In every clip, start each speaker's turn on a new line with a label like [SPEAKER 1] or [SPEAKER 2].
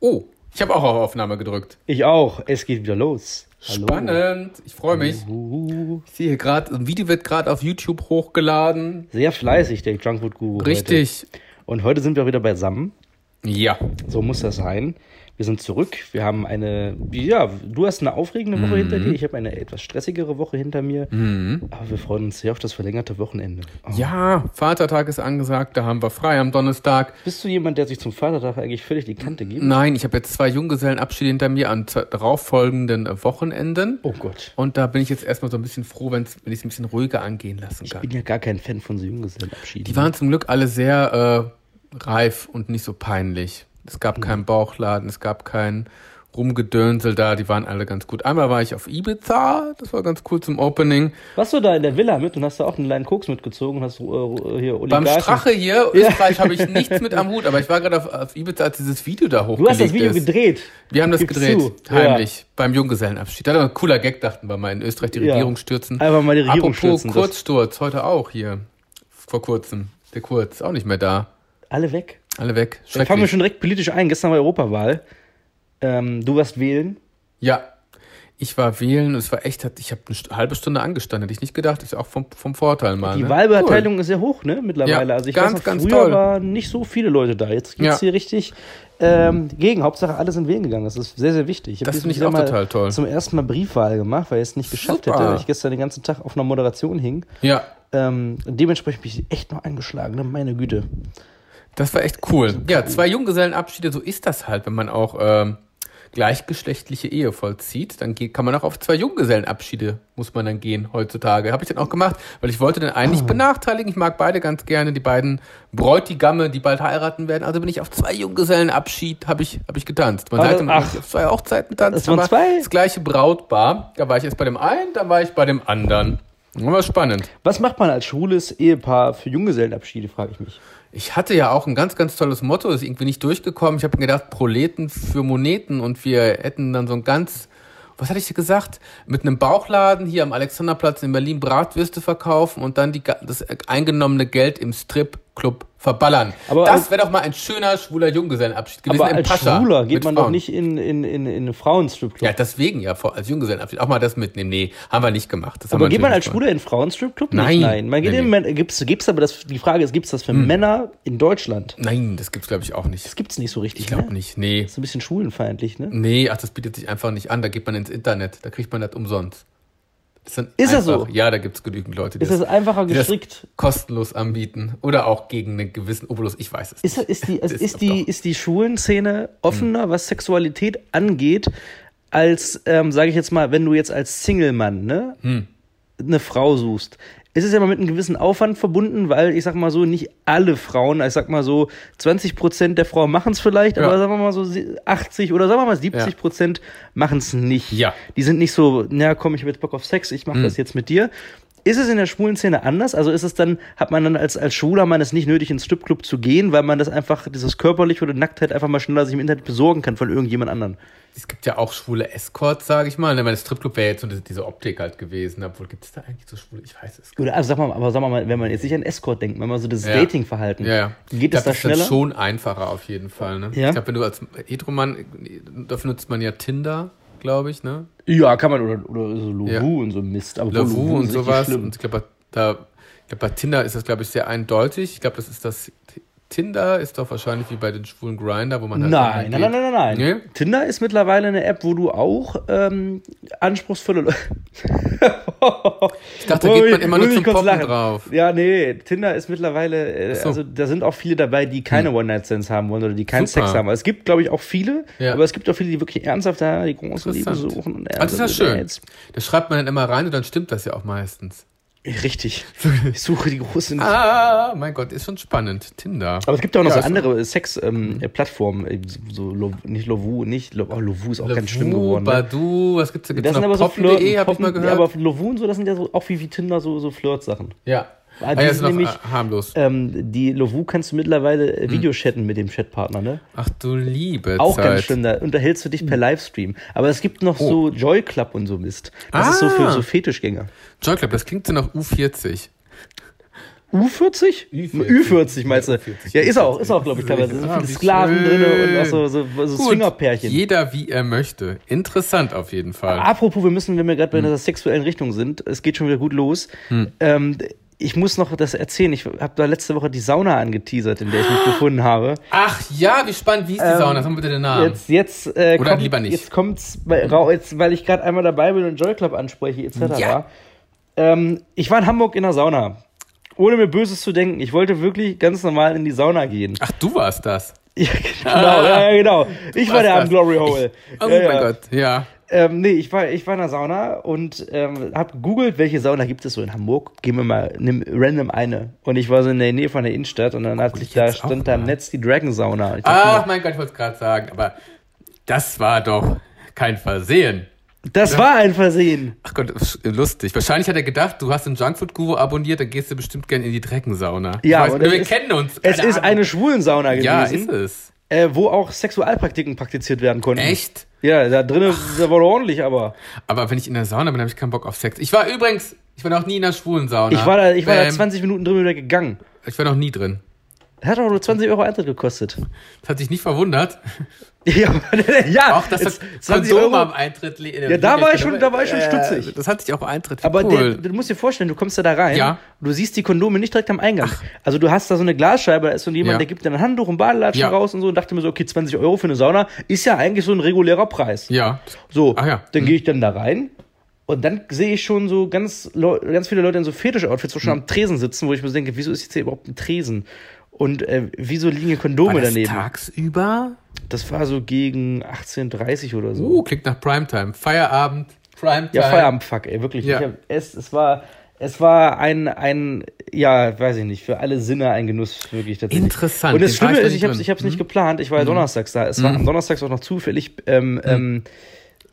[SPEAKER 1] Oh, ich habe auch auf Aufnahme gedrückt.
[SPEAKER 2] Ich auch. Es geht wieder los.
[SPEAKER 1] Spannend. Ich freue mich.
[SPEAKER 2] Uhuhu.
[SPEAKER 1] Ich sehe hier gerade, ein Video wird gerade auf YouTube hochgeladen.
[SPEAKER 2] Sehr fleißig, der Junkfood Guru.
[SPEAKER 1] Richtig.
[SPEAKER 2] Heute. Und heute sind wir wieder beisammen.
[SPEAKER 1] Ja.
[SPEAKER 2] So muss das sein. Wir sind zurück. Wir haben eine, ja, du hast eine aufregende Woche
[SPEAKER 1] Mhm.
[SPEAKER 2] hinter dir. Ich habe eine etwas stressigere Woche hinter mir. Aber wir freuen uns sehr auf das verlängerte Wochenende. Oh.
[SPEAKER 1] Ja, Vatertag ist angesagt, da haben wir frei am Donnerstag.
[SPEAKER 2] Bist du jemand, der sich zum Vatertag eigentlich völlig die Kante gibt?
[SPEAKER 1] Nein, ich habe jetzt zwei Junggesellenabschiede hinter mir an z- darauffolgenden äh, Wochenenden.
[SPEAKER 2] Oh Gott.
[SPEAKER 1] Und da bin ich jetzt erstmal so ein bisschen froh, wenn's, wenn ich es ein bisschen ruhiger angehen lassen
[SPEAKER 2] Ich
[SPEAKER 1] kann.
[SPEAKER 2] bin ja gar kein Fan von so Junggesellenabschieden.
[SPEAKER 1] Die waren zum Glück alle sehr äh, reif und nicht so peinlich. Es
[SPEAKER 2] Mhm.
[SPEAKER 1] gab keinen Bauchladen, es gab kein Rumgedönsel da, die waren alle ganz gut. Einmal war ich auf Ibiza, das war ganz cool zum Opening.
[SPEAKER 2] Warst du da in der Villa mit und hast da auch einen kleinen Koks mitgezogen und hast äh, hier
[SPEAKER 1] Beim
[SPEAKER 2] Oligarchen.
[SPEAKER 1] Strache hier, Österreich, habe ich nichts mit am Hut, aber ich war gerade auf, auf Ibiza, als dieses Video da hochgelegt
[SPEAKER 2] Du hast das Video
[SPEAKER 1] ist.
[SPEAKER 2] gedreht.
[SPEAKER 1] Wir haben das
[SPEAKER 2] Gib's
[SPEAKER 1] gedreht,
[SPEAKER 2] zu.
[SPEAKER 1] heimlich, beim Junggesellenabschied. Das war ein cooler Gag, dachten wir mal, in Österreich die
[SPEAKER 2] Ja.
[SPEAKER 1] Regierung stürzen.
[SPEAKER 2] Einfach mal die Regierung
[SPEAKER 1] Apropos
[SPEAKER 2] stürzen, das-
[SPEAKER 1] Kurzsturz, heute auch hier, vor kurzem. Der Kurz, auch nicht mehr da.
[SPEAKER 2] Alle weg.
[SPEAKER 1] Alle weg,
[SPEAKER 2] Dann fangen wir
[SPEAKER 1] schrecklich.
[SPEAKER 2] schon direkt politisch ein. Gestern war Europawahl. Ähm, du warst wählen.
[SPEAKER 1] Ja, ich war wählen, es war echt, ich habe eine St- halbe Stunde angestanden, hätte ich nicht gedacht, ist auch vom, vom Vorteil mal.
[SPEAKER 2] Die
[SPEAKER 1] ne?
[SPEAKER 2] Wahlbeteiligung ist sehr hoch, ne? Mittlerweile.
[SPEAKER 1] Ja,
[SPEAKER 2] also ich
[SPEAKER 1] ganz,
[SPEAKER 2] weiß noch,
[SPEAKER 1] ganz
[SPEAKER 2] früher
[SPEAKER 1] toll.
[SPEAKER 2] waren nicht so viele Leute da. Jetzt geht's
[SPEAKER 1] Ja.
[SPEAKER 2] hier richtig ähm, gegen. Hauptsache alle sind wählen gegangen. Das ist sehr, sehr wichtig. Ich hab
[SPEAKER 1] Das
[SPEAKER 2] dieses
[SPEAKER 1] finde ich
[SPEAKER 2] Jahr
[SPEAKER 1] auch total toll.
[SPEAKER 2] Zum ersten Mal Briefwahl gemacht, weil ich es nicht geschafft
[SPEAKER 1] Super.
[SPEAKER 2] hätte, weil ich gestern den ganzen Tag auf einer Moderation hing.
[SPEAKER 1] Cool. Ja,
[SPEAKER 2] Ähm, dementsprechend bin ich echt noch angeschlagen. ne? Meine Güte.
[SPEAKER 1] das war echt cool. Ja, zwei Junggesellenabschiede, so ist das halt, wenn man auch ähm, gleichgeschlechtliche Ehe vollzieht, dann geht, kann man auch auf zwei Junggesellenabschiede, muss man dann gehen heutzutage. Habe ich dann auch gemacht, weil ich wollte den einen
[SPEAKER 2] Ah.
[SPEAKER 1] nicht benachteiligen, ich mag beide ganz gerne, die beiden Bräutigamme, die bald heiraten werden, also bin ich auf zwei Junggesellenabschied, habe ich, hab ich getanzt. Man
[SPEAKER 2] Also,
[SPEAKER 1] sagt immer,
[SPEAKER 2] ach.
[SPEAKER 1] ich auf zwei Hochzeiten tanzt,
[SPEAKER 2] Das waren
[SPEAKER 1] aber
[SPEAKER 2] zwei?
[SPEAKER 1] das gleiche Brautpaar, da war ich erst bei dem einen, dann war ich bei dem anderen. War spannend.
[SPEAKER 2] Was macht man als schwules Ehepaar für Junggesellenabschiede, frage ich mich.
[SPEAKER 1] Ich hatte ja auch ein ganz, ganz tolles Motto, ist irgendwie nicht durchgekommen. Ich habe gedacht, Proleten für Moneten und wir hätten dann so ein ganz, was hatte ich dir gesagt? Mit einem Bauchladen hier am Alexanderplatz in Berlin Bratwürste verkaufen und dann die, ga- das eingenommene Geld im Stripclub verballern.
[SPEAKER 2] Aber
[SPEAKER 1] das
[SPEAKER 2] als-
[SPEAKER 1] wäre doch mal ein schöner schwuler Junggesellenabschied gewesen
[SPEAKER 2] Aber
[SPEAKER 1] im
[SPEAKER 2] als
[SPEAKER 1] Pascha
[SPEAKER 2] Schwuler
[SPEAKER 1] mit
[SPEAKER 2] geht man doch
[SPEAKER 1] Frauen.
[SPEAKER 2] nicht in, in, in, in einen Frauenstripclub.
[SPEAKER 1] Ja, deswegen ja, vor- als Junggesellenabschied. Auch mal das mitnehmen. Nee, haben wir nicht gemacht. Das haben
[SPEAKER 2] aber
[SPEAKER 1] wir
[SPEAKER 2] geht man
[SPEAKER 1] natürlich
[SPEAKER 2] als
[SPEAKER 1] nicht
[SPEAKER 2] Schwuler in einen Frauenstripclub? Nicht,
[SPEAKER 1] Nein. Hm.
[SPEAKER 2] Nein. Man geht
[SPEAKER 1] Nee,
[SPEAKER 2] in, man, gibt's, gibt's aber das, die Frage ist, gibt es das für Männer in Deutschland?
[SPEAKER 1] gemacht. Nein, das gibt's glaube ich auch nicht.
[SPEAKER 2] Das gibt es nicht so richtig.
[SPEAKER 1] Ich glaube
[SPEAKER 2] ne?
[SPEAKER 1] nicht. Hm. Nee.
[SPEAKER 2] Ist ein bisschen schwulenfeindlich, ne?
[SPEAKER 1] Nee, ach, das bietet sich einfach nicht an. Da geht man ins Internet, da kriegt man das umsonst. Das dann
[SPEAKER 2] Ist das
[SPEAKER 1] einfach-
[SPEAKER 2] so?
[SPEAKER 1] Ja, da gibt es genügend Leute, die
[SPEAKER 2] Ist das
[SPEAKER 1] das
[SPEAKER 2] einfacher
[SPEAKER 1] die das-
[SPEAKER 2] gestrickt?
[SPEAKER 1] kostenlos anbieten oder auch gegen einen gewissen Obolus. Ich weiß es.
[SPEAKER 2] Ist,
[SPEAKER 1] nicht.
[SPEAKER 2] ist, die, also
[SPEAKER 1] Das
[SPEAKER 2] ist, die,
[SPEAKER 1] doch- Hm.
[SPEAKER 2] ist die Schulenszene offener, was Sexualität angeht, als, ähm, sage ich jetzt mal, wenn du jetzt als Single-Mann ne,
[SPEAKER 1] Hm.
[SPEAKER 2] eine Frau suchst? Es ist ja immer mit einem gewissen Aufwand verbunden, weil ich sag mal so, nicht alle Frauen, ich sag mal so, 20 Prozent der Frauen machen es vielleicht,
[SPEAKER 1] Ja.
[SPEAKER 2] aber sagen wir mal so sie- 80 oder sagen wir mal 70 Prozent machen es nicht.
[SPEAKER 1] Ja. Hm.
[SPEAKER 2] Die sind nicht so, na komm, ich habe jetzt Bock auf Sex, ich mache das jetzt mit dir. Ist es in der schwulen Szene anders? Also ist es dann, hat man dann als, als schwuler Mann es nicht nötig, ins Stripclub zu gehen, weil man das einfach, dieses körperliche oder Nacktheit einfach mal schneller sich im Internet besorgen kann von irgendjemand anderen?
[SPEAKER 1] Es gibt ja auch schwule Escorts, sage ich mal. Ne, Weil das Stripclub wäre jetzt so diese- diese Optik halt gewesen. Obwohl, gibt es da eigentlich so schwule? Ich weiß es gar
[SPEAKER 2] Oder, also sag mal, aber sag mal, wenn man jetzt nicht an Escort denkt, wenn man so das
[SPEAKER 1] Ja.
[SPEAKER 2] Datingverhalten,
[SPEAKER 1] Ja, ja.
[SPEAKER 2] geht
[SPEAKER 1] das
[SPEAKER 2] das da schneller?
[SPEAKER 1] ist dann schon einfacher auf jeden Fall. Ne?
[SPEAKER 2] Ja.
[SPEAKER 1] Ich glaube, wenn du als Heteroman, dafür nutzt man ja Tinder, glaube ich, ne?
[SPEAKER 2] Ja, kann man, oder, oder so Lovu
[SPEAKER 1] Ja.
[SPEAKER 2] und so Mist. Aber obwohl
[SPEAKER 1] Lavu und
[SPEAKER 2] ist richtig
[SPEAKER 1] sowas.
[SPEAKER 2] schlimm.
[SPEAKER 1] Und ich glaube, da, ich glaub, bei Tinder ist das, glaube ich, sehr eindeutig. Ich glaube, das ist das. Tinder ist doch wahrscheinlich wie bei den schwulen Grinder, wo man halt.
[SPEAKER 2] Nein,
[SPEAKER 1] reingeht.
[SPEAKER 2] nein, nein, nein, nein.
[SPEAKER 1] Nee?
[SPEAKER 2] Tinder ist mittlerweile eine App, wo du auch ähm, anspruchsvolle Leute. ich
[SPEAKER 1] dachte, da geht man immer nur zum Poppen drauf.
[SPEAKER 2] Ja, nee, Tinder ist mittlerweile, äh,
[SPEAKER 1] so. Hm.
[SPEAKER 2] also da sind auch viele dabei, die keine One-Night-Stands haben wollen oder die keinen
[SPEAKER 1] Super.
[SPEAKER 2] Sex haben. Also Es gibt, glaube ich, auch viele,
[SPEAKER 1] Ja.
[SPEAKER 2] aber es gibt auch viele, die wirklich ernsthaft da die große Liebe
[SPEAKER 1] Interessant.
[SPEAKER 2] suchen. Und
[SPEAKER 1] Also ist ja
[SPEAKER 2] ernsthaft
[SPEAKER 1] schön.
[SPEAKER 2] Dates.
[SPEAKER 1] Das schreibt man dann immer rein und dann stimmt das ja auch meistens.
[SPEAKER 2] Richtig. Ich suche die große Liebe.
[SPEAKER 1] Ah, mein Gott, ist schon spannend. Tinder.
[SPEAKER 2] Aber es gibt ja auch noch
[SPEAKER 1] Ja, Mhm.
[SPEAKER 2] so
[SPEAKER 1] ist-
[SPEAKER 2] andere Sex-Plattformen, so Lo, nicht Lovu, nicht Lo, oh, Lovu ist auch ganz schlimm
[SPEAKER 1] Lavu,
[SPEAKER 2] geworden. ne?
[SPEAKER 1] Badu, was gibt's da? Gibt's
[SPEAKER 2] Das sind
[SPEAKER 1] noch
[SPEAKER 2] aber so
[SPEAKER 1] Poppen.de,
[SPEAKER 2] Flirt,
[SPEAKER 1] hab ich mal
[SPEAKER 2] Poppen-
[SPEAKER 1] gehört.
[SPEAKER 2] aber Lovun so, das sind ja so auch wie, wie Tinder so, so Flirt-Sachen.
[SPEAKER 1] ja.
[SPEAKER 2] Ah, die
[SPEAKER 1] ja,
[SPEAKER 2] sind
[SPEAKER 1] ist noch
[SPEAKER 2] nämlich-
[SPEAKER 1] äh, harmlos.
[SPEAKER 2] Ähm, die Lovu kannst du
[SPEAKER 1] Mhm.
[SPEAKER 2] mittlerweile äh, Videochatten mit dem Chatpartner, ne?
[SPEAKER 1] Ach du liebe
[SPEAKER 2] Auch
[SPEAKER 1] Zeit. Hm. Oh.
[SPEAKER 2] ganz schlimm, da unterhältst du dich per Livestream. Aber es gibt noch so Joy Club und so Mist. Das ist so
[SPEAKER 1] Ah.
[SPEAKER 2] für so Fetischgänger.
[SPEAKER 1] Joy Club, das klingt so nach U40.
[SPEAKER 2] U40?
[SPEAKER 1] Ü40.
[SPEAKER 2] Ü40 meinst du?
[SPEAKER 1] Ü40.
[SPEAKER 2] ja, ist auch, ist auch, glaube ich, teilweise.
[SPEAKER 1] Ah,
[SPEAKER 2] Da sind
[SPEAKER 1] wie
[SPEAKER 2] viele Sklaven
[SPEAKER 1] schön.
[SPEAKER 2] drin und auch so, so, so
[SPEAKER 1] Gut,
[SPEAKER 2] Swingerpärchen.
[SPEAKER 1] Jeder wie er möchte. Interessant auf jeden Fall.
[SPEAKER 2] Apropos, wir müssen, wenn wir
[SPEAKER 1] Hm.
[SPEAKER 2] gerade bei einer sexuellen Richtung sind, es geht schon wieder gut los. Ähm, ich muss noch das erzählen. Ich habe da letzte Woche die Sauna angeteasert, in der ich mich befunden habe.
[SPEAKER 1] Ach ja, wie spannend. Wie ist die Sauna? Sag mal bitte den Namen.
[SPEAKER 2] Ähm, Jetzt, jetzt, äh,
[SPEAKER 1] Ähm, Oder
[SPEAKER 2] kommt,
[SPEAKER 1] lieber nicht.
[SPEAKER 2] Jetzt kommt's, bei, rau- jetzt, weil ich gerade einmal dabei bin und Joy Club anspreche, etc.
[SPEAKER 1] Ja.
[SPEAKER 2] Ähm, ich war in Hamburg in der Sauna. Ohne mir Böses zu denken. Ich wollte wirklich ganz normal in die Sauna gehen.
[SPEAKER 1] Ach, du warst das.
[SPEAKER 2] Ja, genau, ja, ja, genau.
[SPEAKER 1] Ah.
[SPEAKER 2] Ich war
[SPEAKER 1] warst
[SPEAKER 2] der am
[SPEAKER 1] das.
[SPEAKER 2] Glory Hole.
[SPEAKER 1] Oh
[SPEAKER 2] ja,
[SPEAKER 1] mein
[SPEAKER 2] ja.
[SPEAKER 1] Gott, ja.
[SPEAKER 2] Ähm, nee, ich war, ich war in der Sauna und ähm, hab gegoogelt, welche Sauna gibt es so in Hamburg. Gehen wir mal, nimm random eine. Und ich war so in der Nähe von der Innenstadt und dann hat sich
[SPEAKER 1] ich
[SPEAKER 2] da,
[SPEAKER 1] jetzt auch
[SPEAKER 2] stand da im
[SPEAKER 1] mal. Ah.
[SPEAKER 2] Netz die Dragon Sauna. Ich dachte
[SPEAKER 1] Ach mein Gott, ich wollte es gerade sagen, aber das war doch kein Versehen.
[SPEAKER 2] mir, das war ein Versehen.
[SPEAKER 1] Ach Gott, sch- lustig. Wahrscheinlich hat er gedacht, du hast den Junkfood-Guru abonniert, dann gehst du bestimmt gern in die Dreckensauna.
[SPEAKER 2] Ja,
[SPEAKER 1] ich weiß,
[SPEAKER 2] aber das
[SPEAKER 1] wir
[SPEAKER 2] ist-
[SPEAKER 1] kennen uns.
[SPEAKER 2] Es
[SPEAKER 1] keine
[SPEAKER 2] ist
[SPEAKER 1] Ahnung.
[SPEAKER 2] eine Schwulensauna gewesen,
[SPEAKER 1] Ja, ist es.
[SPEAKER 2] Äh, wo auch Sexualpraktiken praktiziert werden konnten.
[SPEAKER 1] Echt?
[SPEAKER 2] Ja, da drinnen da wurde ordentlich, aber
[SPEAKER 1] Aber wenn ich in der Sauna bin, habe ich keinen Bock auf Sex. Ich war übrigens, ich war noch nie in einer schwulen Sauna.
[SPEAKER 2] ich war da, ich war da
[SPEAKER 1] Bäm.
[SPEAKER 2] 20 Minuten drin wieder gegangen.
[SPEAKER 1] Ich war noch nie drin.
[SPEAKER 2] Hat auch nur 20 Euro Eintritt gekostet.
[SPEAKER 1] Das hat dich nicht verwundert.
[SPEAKER 2] Ja, ja
[SPEAKER 1] Auch, dass das
[SPEAKER 2] jetzt 20
[SPEAKER 1] Kondom am
[SPEAKER 2] Euro.
[SPEAKER 1] Eintritt li-
[SPEAKER 2] Ja, da war ich schon, da war ich schon stutzig.
[SPEAKER 1] äh, Das hat sich auch eintritt.
[SPEAKER 2] Aber
[SPEAKER 1] cool.
[SPEAKER 2] der, du musst dir vorstellen, du kommst da, da rein,
[SPEAKER 1] Ja.
[SPEAKER 2] du siehst die Kondome nicht direkt am Eingang. Also du hast da so eine Glasscheibe, da ist so jemand,
[SPEAKER 1] Ja.
[SPEAKER 2] der gibt deine Hand durch ein Badelatschen
[SPEAKER 1] Ja.
[SPEAKER 2] raus und so und dachte mir so, okay, 20 Euro für eine Sauna ist ja eigentlich so ein regulärer Preis.
[SPEAKER 1] ja.
[SPEAKER 2] So,
[SPEAKER 1] Ach ja. Mhm.
[SPEAKER 2] dann gehe ich dann da rein und dann sehe ich schon so ganz, Leu- ganz viele Leute in so Fetisch-Outfits, wo schon
[SPEAKER 1] Mhm.
[SPEAKER 2] am Tresen sitzen, wo ich mir so denke, wieso ist jetzt hier überhaupt ein Tresen? Und äh, wieso liegen hier Kondome
[SPEAKER 1] War das
[SPEAKER 2] daneben?
[SPEAKER 1] tagsüber?
[SPEAKER 2] Das war so gegen 18.30 oder so.
[SPEAKER 1] Uh, klingt nach Primetime. Feierabend, Primetime.
[SPEAKER 2] Ja, Feierabendfuck, ey, wirklich.
[SPEAKER 1] Ja.
[SPEAKER 2] Ich hab, es, es war, es war ein, ein, ja, weiß ich nicht, für alle Sinne ein Genuss, wirklich tatsächlich.
[SPEAKER 1] Interessant,
[SPEAKER 2] Und das
[SPEAKER 1] den
[SPEAKER 2] Schlimme
[SPEAKER 1] war ich noch
[SPEAKER 2] ist,
[SPEAKER 1] nicht
[SPEAKER 2] ich hab's,
[SPEAKER 1] drin. Mhm.
[SPEAKER 2] ich hab's nicht geplant, ich war ja donnerstags da. Es war am Donnerstags auch noch zufällig,
[SPEAKER 1] Mhm.
[SPEAKER 2] ähm, ähm,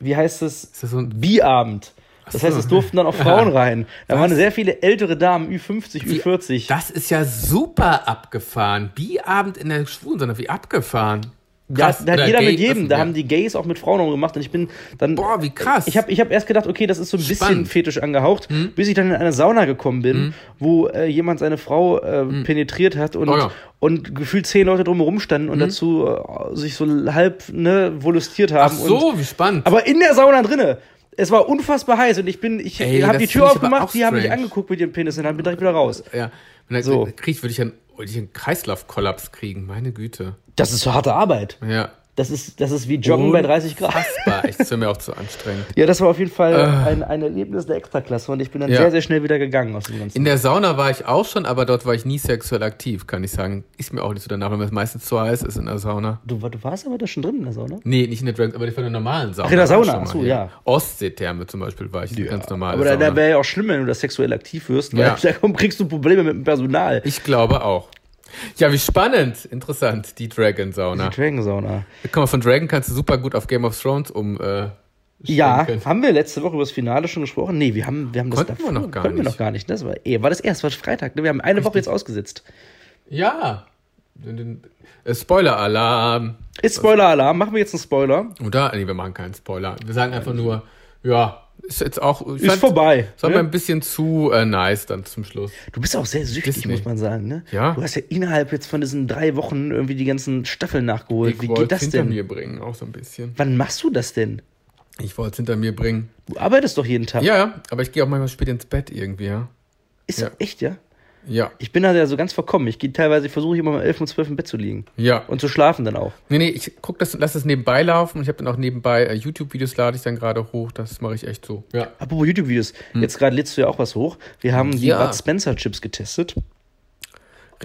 [SPEAKER 2] wie heißt es?
[SPEAKER 1] Ist das so ein
[SPEAKER 2] Biabend. Das heißt, es durften dann auch Frauen rein. Da waren sehr viele ältere Damen, Ü50, Ü40.
[SPEAKER 1] Das ist ja super abgefahren. Bi-Abend in der Schwulensauna, wie abgefahren.
[SPEAKER 2] Ja,
[SPEAKER 1] Krass.
[SPEAKER 2] da hat
[SPEAKER 1] Oder
[SPEAKER 2] jeder
[SPEAKER 1] Gay-
[SPEAKER 2] mit jedem.
[SPEAKER 1] das-
[SPEAKER 2] Da
[SPEAKER 1] ja.
[SPEAKER 2] haben die Gays auch mit Frauen rumgemacht und ich bin dann.
[SPEAKER 1] Boah, wie krass.
[SPEAKER 2] Ich habe ich hab erst gedacht, okay, das ist so ein bisschen
[SPEAKER 1] Spannend. Hm?
[SPEAKER 2] fetisch angehaucht, bis ich dann in eine Sauna gekommen bin, wo äh, jemand seine Frau äh, penetriert hat und,
[SPEAKER 1] Hm. Oh ja. Hm?
[SPEAKER 2] und gefühlt zehn Leute drumherum standen und dazu äh, sich so halb ne, volustiert
[SPEAKER 1] Ach
[SPEAKER 2] haben. Und,
[SPEAKER 1] so, wie spannend.
[SPEAKER 2] aber in der Sauna drinne. Es war unfassbar heiß und ich bin, ich
[SPEAKER 1] Ey,
[SPEAKER 2] habe
[SPEAKER 1] das
[SPEAKER 2] die
[SPEAKER 1] find
[SPEAKER 2] Tür
[SPEAKER 1] ich aber
[SPEAKER 2] aufgemacht,
[SPEAKER 1] auch
[SPEAKER 2] die haben mich
[SPEAKER 1] strange.
[SPEAKER 2] angeguckt mit ihrem Penis und dann bin ich direkt wieder raus.
[SPEAKER 1] ja. Wenn ich
[SPEAKER 2] So.
[SPEAKER 1] so. krieg, würde ich einen, würde ich einen Kreislaufkollaps kriegen. Meine Güte.
[SPEAKER 2] Das ist harte Arbeit.
[SPEAKER 1] Ja.
[SPEAKER 2] Das ist, das ist wie Joggen bei 30 Grad. Ah.
[SPEAKER 1] Unfassbar. Echt, das wäre mir auch zu anstrengend.
[SPEAKER 2] Ja, das war auf jeden Fall ein, ein Erlebnis der Extraklasse und ich bin dann
[SPEAKER 1] Ja.
[SPEAKER 2] sehr, sehr schnell wieder gegangen aus dem Ganzen.
[SPEAKER 1] In der Sauna war ich auch schon, aber dort war ich nie sexuell aktiv, kann ich sagen. Ist mir auch nicht so danach, weil es meistens zu heiß ist in der Sauna.
[SPEAKER 2] Du, war- du warst aber da schon drin in der Sauna?
[SPEAKER 1] Nee, nicht in der Dragons, aber ich war in der normalen Sauna.
[SPEAKER 2] Ach, in der Sauna, ach so,
[SPEAKER 1] hier.
[SPEAKER 2] ja.
[SPEAKER 1] Ostseetherme zum Beispiel war ich, eine ganz normale
[SPEAKER 2] aber da,
[SPEAKER 1] Sauna.
[SPEAKER 2] da wäre ja auch schlimm, wenn du da sexuell aktiv wirst, weil
[SPEAKER 1] Ja.
[SPEAKER 2] da komm, kriegst du Probleme mit dem Personal.
[SPEAKER 1] ich glaube auch. Ja, wie spannend. Interessant, die Dragon-Sauna.
[SPEAKER 2] Die Dragon-Sauna.
[SPEAKER 1] Guck mal, von Dragon kannst du super gut auf Game of Thrones um... Äh,
[SPEAKER 2] Ja,
[SPEAKER 1] können.
[SPEAKER 2] haben wir letzte Woche über das Finale schon gesprochen? Nee, wir haben, wir haben das
[SPEAKER 1] Konnten wir noch gar
[SPEAKER 2] konnten wir
[SPEAKER 1] nicht.
[SPEAKER 2] noch gar nicht. Das war, eh, war das erst, war Freitag. Ne? Wir haben eine Woche jetzt ausgesetzt.
[SPEAKER 1] ja. Den- den- äh, Spoiler-Alarm.
[SPEAKER 2] Ist Spoiler-Alarm, machen wir jetzt einen Spoiler.
[SPEAKER 1] Oder? Nee, wir machen keinen Spoiler. Wir sagen einfach nur, ja, ist jetzt auch... Ich
[SPEAKER 2] Ist vorbei.
[SPEAKER 1] Das war
[SPEAKER 2] ne?
[SPEAKER 1] mir ein bisschen zu äh, nice dann zum Schluss.
[SPEAKER 2] Du bist auch sehr süchtig,
[SPEAKER 1] Disney.
[SPEAKER 2] muss man sagen, ne?
[SPEAKER 1] Ja.
[SPEAKER 2] Du hast ja innerhalb jetzt von diesen drei Wochen irgendwie die ganzen Staffeln nachgeholt. Wie
[SPEAKER 1] wollt's
[SPEAKER 2] geht das
[SPEAKER 1] hinter
[SPEAKER 2] denn?
[SPEAKER 1] mir bringen, auch so ein bisschen.
[SPEAKER 2] Wann machst du das denn?
[SPEAKER 1] Ich wollte es hinter mir bringen.
[SPEAKER 2] Du arbeitest doch jeden Tag.
[SPEAKER 1] Ja, ja, aber ich gehe auch manchmal spät ins Bett irgendwie, ja.
[SPEAKER 2] Ist
[SPEAKER 1] Ja.
[SPEAKER 2] echt, ja?
[SPEAKER 1] Ja,
[SPEAKER 2] Ich bin da ja so ganz verkommen. Ich gehe teilweise, versuche ich immer um 11 und 12 im Bett zu liegen.
[SPEAKER 1] ja.
[SPEAKER 2] Und zu schlafen dann auch.
[SPEAKER 1] Nee, nee, ich guck das, lass das nebenbei laufen und ich habe dann auch nebenbei äh, YouTube-Videos lade ich dann gerade hoch. Das mache ich echt so. Ja.
[SPEAKER 2] Apropos YouTube-Videos. Jetzt gerade lädst du ja auch was hoch. Wir haben die
[SPEAKER 1] Hm. Ja.
[SPEAKER 2] Bud Spencer-Chips getestet.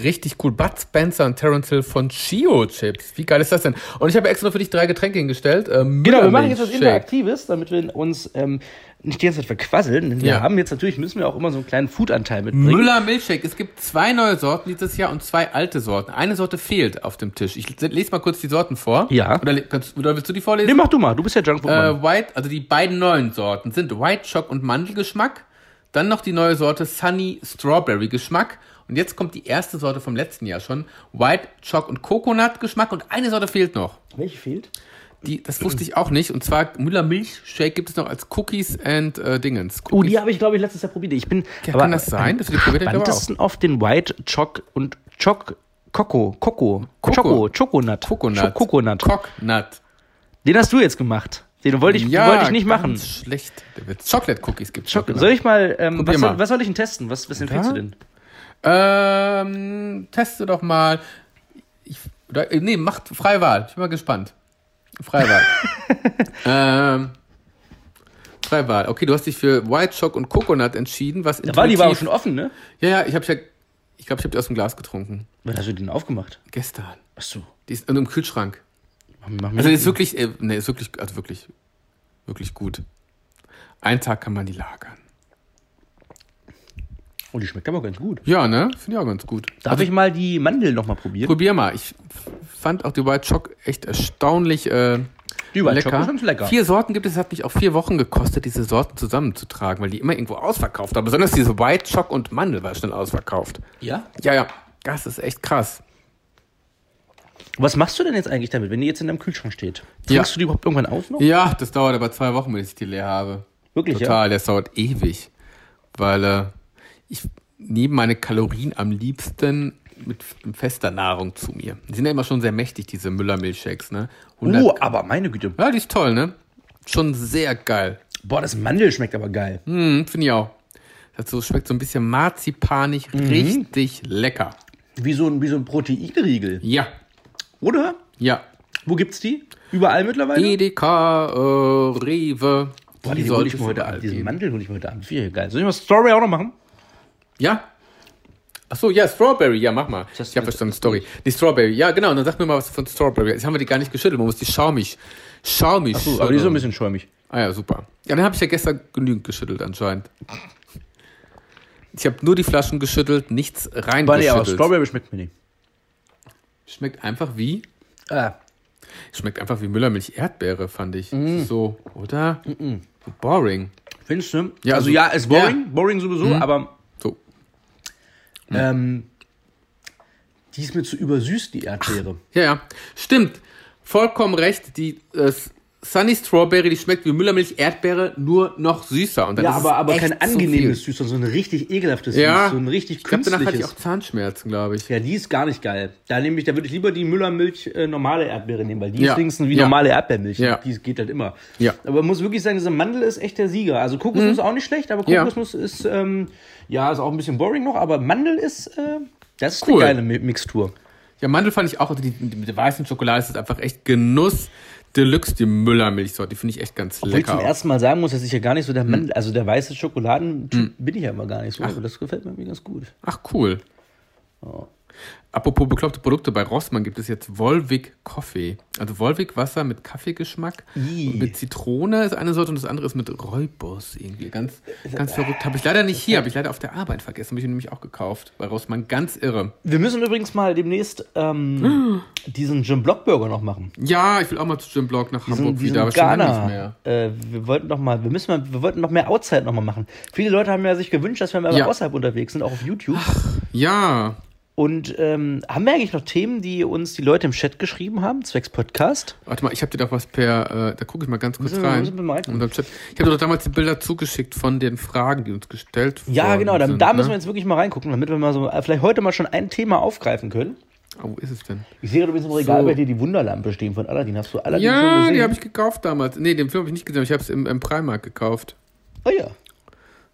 [SPEAKER 1] Richtig cool. Bud Spencer und Terence Hill von Chio Chips. Wie geil ist das denn? Und ich habe extra für dich drei Getränke hingestellt. Äh,
[SPEAKER 2] Genau, wir machen jetzt was
[SPEAKER 1] Interaktiv.
[SPEAKER 2] Interaktives, damit wir uns ähm, nicht die ganze Zeit verquasseln. Denn wir
[SPEAKER 1] Ja.
[SPEAKER 2] haben jetzt natürlich, müssen wir auch immer so einen kleinen Food-Anteil mitbringen.
[SPEAKER 1] Müller Milchshake. Es gibt zwei neue Sorten dieses Jahr und zwei alte Sorten. Eine Sorte fehlt auf dem Tisch. Ich lese mal kurz die Sorten vor.
[SPEAKER 2] Ja.
[SPEAKER 1] Oder, le- kannst, oder willst du die vorlesen?
[SPEAKER 2] Nee, mach du mal. Du bist ja Junkfood. Mann.
[SPEAKER 1] Äh, White, also die beiden neuen Sorten sind White Shock und Mandelgeschmack. Dann noch die neue Sorte Sunny Strawberry Geschmack. Und jetzt kommt die erste Sorte vom letzten Jahr schon. White Shock und Coconut Geschmack. Und eine Sorte fehlt noch.
[SPEAKER 2] Welche fehlt?
[SPEAKER 1] Die, das wusste ich auch nicht. Und zwar Müller Milchshake gibt es noch als Cookies and äh, Dingens.
[SPEAKER 2] Oh,
[SPEAKER 1] Cookies.
[SPEAKER 2] die habe ich, glaube ich, letztes Jahr probiert. Ich bin
[SPEAKER 1] Ja, kann das sein, dass du die probiert hast?
[SPEAKER 2] am
[SPEAKER 1] Ich glaube
[SPEAKER 2] spannendsten auf den White Choc und Choc Coco, Coco, Choco, Choconut.
[SPEAKER 1] Coconut.
[SPEAKER 2] Cho- Coconut.
[SPEAKER 1] Coconut.
[SPEAKER 2] Den hast du jetzt gemacht. Den wollte ich, wollte ich nicht
[SPEAKER 1] ganz
[SPEAKER 2] machen.
[SPEAKER 1] Schlecht. Der Witz. Chocolate Cookies gibt es.
[SPEAKER 2] Choc soll ich mal, ähm,
[SPEAKER 1] Probier
[SPEAKER 2] was,
[SPEAKER 1] mal.
[SPEAKER 2] Soll, was soll ich denn testen? Was, was empfiehlst du denn?
[SPEAKER 1] Ähm, teste doch mal. Ich, oder, äh, nee, macht Freiwahl. Ich bin mal gespannt. Freiwahl. ähm, Freiwahl. Okay, du hast dich für White Shock und Coconut entschieden, was
[SPEAKER 2] Da war die war auch
[SPEAKER 1] intuitiv-
[SPEAKER 2] schon offen, ne?
[SPEAKER 1] Ja, ja, ich habe ja, ich glaube, ich habe die aus dem Glas getrunken.
[SPEAKER 2] Wann hast du den aufgemacht?
[SPEAKER 1] Gestern.
[SPEAKER 2] Achso.
[SPEAKER 1] Die ist in einem Kühlschrank.
[SPEAKER 2] Mach, mach mir
[SPEAKER 1] Also die
[SPEAKER 2] noch-
[SPEAKER 1] ist wirklich, äh, nee, ist wirklich, also wirklich, wirklich gut. Einen Tag kann man die lagern.
[SPEAKER 2] oh, die schmeckt aber ganz gut.
[SPEAKER 1] Ja, ne? Finde ich auch ganz gut.
[SPEAKER 2] Darf ich mal die Mandel nochmal probieren?
[SPEAKER 1] Probier mal. Ich f- fand auch die White Shock echt erstaunlich äh,
[SPEAKER 2] Die White Choc ist ganz lecker.
[SPEAKER 1] Vier Sorten gibt es. Es hat mich auch vier Wochen gekostet, diese Sorten zusammenzutragen, weil die immer irgendwo ausverkauft waren. Besonders diese White Shock und Mandel war schnell ausverkauft.
[SPEAKER 2] Ja?
[SPEAKER 1] Ja, ja. Das ist echt krass.
[SPEAKER 2] Was machst du denn jetzt eigentlich damit, wenn die jetzt in deinem Kühlschrank steht? Trinkst
[SPEAKER 1] Ja.
[SPEAKER 2] du die überhaupt irgendwann auf noch?
[SPEAKER 1] Ja, das dauert aber zwei Wochen, bis ich die leer habe.
[SPEAKER 2] Wirklich,
[SPEAKER 1] Total, das dauert ewig. Weil äh, ich nehme meine Kalorien am liebsten mit fester Nahrung zu mir. Die sind ja immer schon sehr mächtig, diese Müller-Milchshakes, ne?
[SPEAKER 2] ja?
[SPEAKER 1] 100
[SPEAKER 2] Oh, aber meine Güte.
[SPEAKER 1] Ja, die ist toll, ne? Schon sehr geil.
[SPEAKER 2] Boah, das Mandel schmeckt aber geil.
[SPEAKER 1] Hm, finde ich auch. Dazu schmeckt so ein bisschen marzipanig,
[SPEAKER 2] Mhm.
[SPEAKER 1] richtig lecker.
[SPEAKER 2] Wie so ein, wie so ein Proteinriegel.
[SPEAKER 1] Ja,
[SPEAKER 2] Oder?
[SPEAKER 1] ja.
[SPEAKER 2] Wo gibt's die? Überall mittlerweile?
[SPEAKER 1] Edeka, äh, Rewe.
[SPEAKER 2] Genau. Boah,
[SPEAKER 1] die
[SPEAKER 2] die hol
[SPEAKER 1] sollte
[SPEAKER 2] ich
[SPEAKER 1] es
[SPEAKER 2] mir heute
[SPEAKER 1] überall
[SPEAKER 2] Abend. Diesen
[SPEAKER 1] geben.
[SPEAKER 2] Mandel hol ich mir heute Abend. Viel geil. Soll ich mal Story auch noch machen?
[SPEAKER 1] Ja. Achso, ja, Strawberry, ja, mach mal.
[SPEAKER 2] Das-
[SPEAKER 1] ich habe verstanden, Story. Die Strawberry, ja, genau. Und dann sag mir mal was von Strawberry. Jetzt haben wir die gar nicht geschüttelt, man muss die schaumig. Schaumig.
[SPEAKER 2] So, aber die ist so ein bisschen schäumig.
[SPEAKER 1] Ah ja, super. Ja, dann habe ich ja gestern genügend geschüttelt anscheinend. Ich habe nur die Flaschen geschüttelt, nichts
[SPEAKER 2] Aber nee, aber
[SPEAKER 1] reingeschüttelt.
[SPEAKER 2] Strawberry schmeckt mir nicht.
[SPEAKER 1] Schmeckt einfach wie
[SPEAKER 2] Ah,
[SPEAKER 1] Schmeckt einfach wie Müllermilch Erdbeere, fand ich.
[SPEAKER 2] Mm.
[SPEAKER 1] So, oder? So boring.
[SPEAKER 2] findest du?
[SPEAKER 1] Ja,
[SPEAKER 2] also
[SPEAKER 1] so-
[SPEAKER 2] ja, Mhm. ist boring. Boring sowieso, aber
[SPEAKER 1] So.
[SPEAKER 2] ähm, die ist mir zu übersüßt, die Erdbeere.
[SPEAKER 1] Ja, ja. Stimmt. Vollkommen recht. Die äh, Sunny Strawberry, die schmeckt wie Müllermilch Erdbeere, nur noch süßer. Und dann
[SPEAKER 2] ja,
[SPEAKER 1] ist
[SPEAKER 2] aber,
[SPEAKER 1] es
[SPEAKER 2] aber
[SPEAKER 1] echt
[SPEAKER 2] kein
[SPEAKER 1] zu
[SPEAKER 2] angenehmes Süß, sondern so ein richtig ekelhaftes
[SPEAKER 1] viel. Ja.
[SPEAKER 2] Süß. So ein richtig
[SPEAKER 1] ich glaub, danach hatte ich
[SPEAKER 2] künstliches.
[SPEAKER 1] auch Zahnschmerzen, glaube ich.
[SPEAKER 2] Ja, die ist gar nicht geil. Da nehme ich, da würde ich lieber die Müllermilch äh, normale Erdbeere nehmen, weil die
[SPEAKER 1] Ja.
[SPEAKER 2] ist wenigstens wie
[SPEAKER 1] Ja.
[SPEAKER 2] normale Erdbeermilch.
[SPEAKER 1] Ja.
[SPEAKER 2] Die geht halt immer.
[SPEAKER 1] Ja. Mhm.
[SPEAKER 2] Aber man muss wirklich sagen, diese Mandel ist echt der Sieger. Also Kokosnuss ist auch nicht schlecht, aber
[SPEAKER 1] Ja.
[SPEAKER 2] Kokosnuss ist ähm, ja ist auch ein bisschen boring noch, aber Mandel ist äh, das ist
[SPEAKER 1] Cool.
[SPEAKER 2] eine geile Mi- Mixtur.
[SPEAKER 1] Ja, Mandel fand ich auch, also die, die, mit der weißen Schokolade ist das einfach echt Genuss. Deluxe, die Müllermilchsorte, die finde ich echt ganz
[SPEAKER 2] Wo ich zum
[SPEAKER 1] lecker. Mhm. auch.
[SPEAKER 2] ersten Mal sagen muss, dass ich ja gar nicht so der Mandel, also der weiße Schokoladentyp
[SPEAKER 1] Mhm.
[SPEAKER 2] bin ich ja immer gar nicht so. Aber das gefällt mir irgendwie ganz gut.
[SPEAKER 1] Ach, cool. Apropos bekloppte Produkte, bei Rossmann gibt es jetzt Volvic Coffee. Also Volvic Wasser mit Kaffeegeschmack.
[SPEAKER 2] Ih.
[SPEAKER 1] Und mit Zitrone ist eine Sorte und das andere ist mit Räubus irgendwie. Ganz, ganz verrückt. Habe ich leider nicht hier, habe ich leider auf der Arbeit vergessen. Habe ich ihn nämlich auch gekauft. Bei Rossmann ganz irre.
[SPEAKER 2] Wir müssen übrigens mal demnächst
[SPEAKER 1] Mhm.
[SPEAKER 2] ähm, diesen Jim Block Burger noch machen.
[SPEAKER 1] Ja, ich will auch mal zu Jim Block nach Hamburg
[SPEAKER 2] diesen
[SPEAKER 1] wieder, aber schon lange nicht mehr.
[SPEAKER 2] Ghana. Äh, wir wollten noch mal, wir müssen mal, wir wollten noch mehr Outside noch mal machen. Viele Leute haben ja sich gewünscht, dass wir mal
[SPEAKER 1] Ja.
[SPEAKER 2] außerhalb unterwegs sind, auch auf YouTube.
[SPEAKER 1] Ja,
[SPEAKER 2] Und ähm, haben wir eigentlich noch Themen, die uns die Leute im Chat geschrieben haben, zwecks Podcast?
[SPEAKER 1] warte mal, ich habe dir doch was per, äh, da gucke ich mal ganz kurz
[SPEAKER 2] Müssen wir-
[SPEAKER 1] rein.
[SPEAKER 2] müssen wir mal reingucken.
[SPEAKER 1] Unserem Chat. Ich habe dir doch damals die Bilder zugeschickt von den Fragen, die uns gestellt wurden.
[SPEAKER 2] Ja, genau. Dann,
[SPEAKER 1] sind,
[SPEAKER 2] da müssen wir
[SPEAKER 1] ne?
[SPEAKER 2] jetzt wirklich mal reingucken, damit wir mal so äh, vielleicht heute mal schon ein Thema aufgreifen können.
[SPEAKER 1] Oh, wo ist es denn?
[SPEAKER 2] Ich sehe übrigens im Regal
[SPEAKER 1] So.
[SPEAKER 2] bei dir die Wunderlampe stehen von Aladdin. Hast du Aladdin schon
[SPEAKER 1] Ja,
[SPEAKER 2] gesehen?
[SPEAKER 1] die habe ich gekauft damals. Nee, den Film habe ich nicht gesehen, aber ich habe es im, im Primark gekauft.
[SPEAKER 2] Oh ja.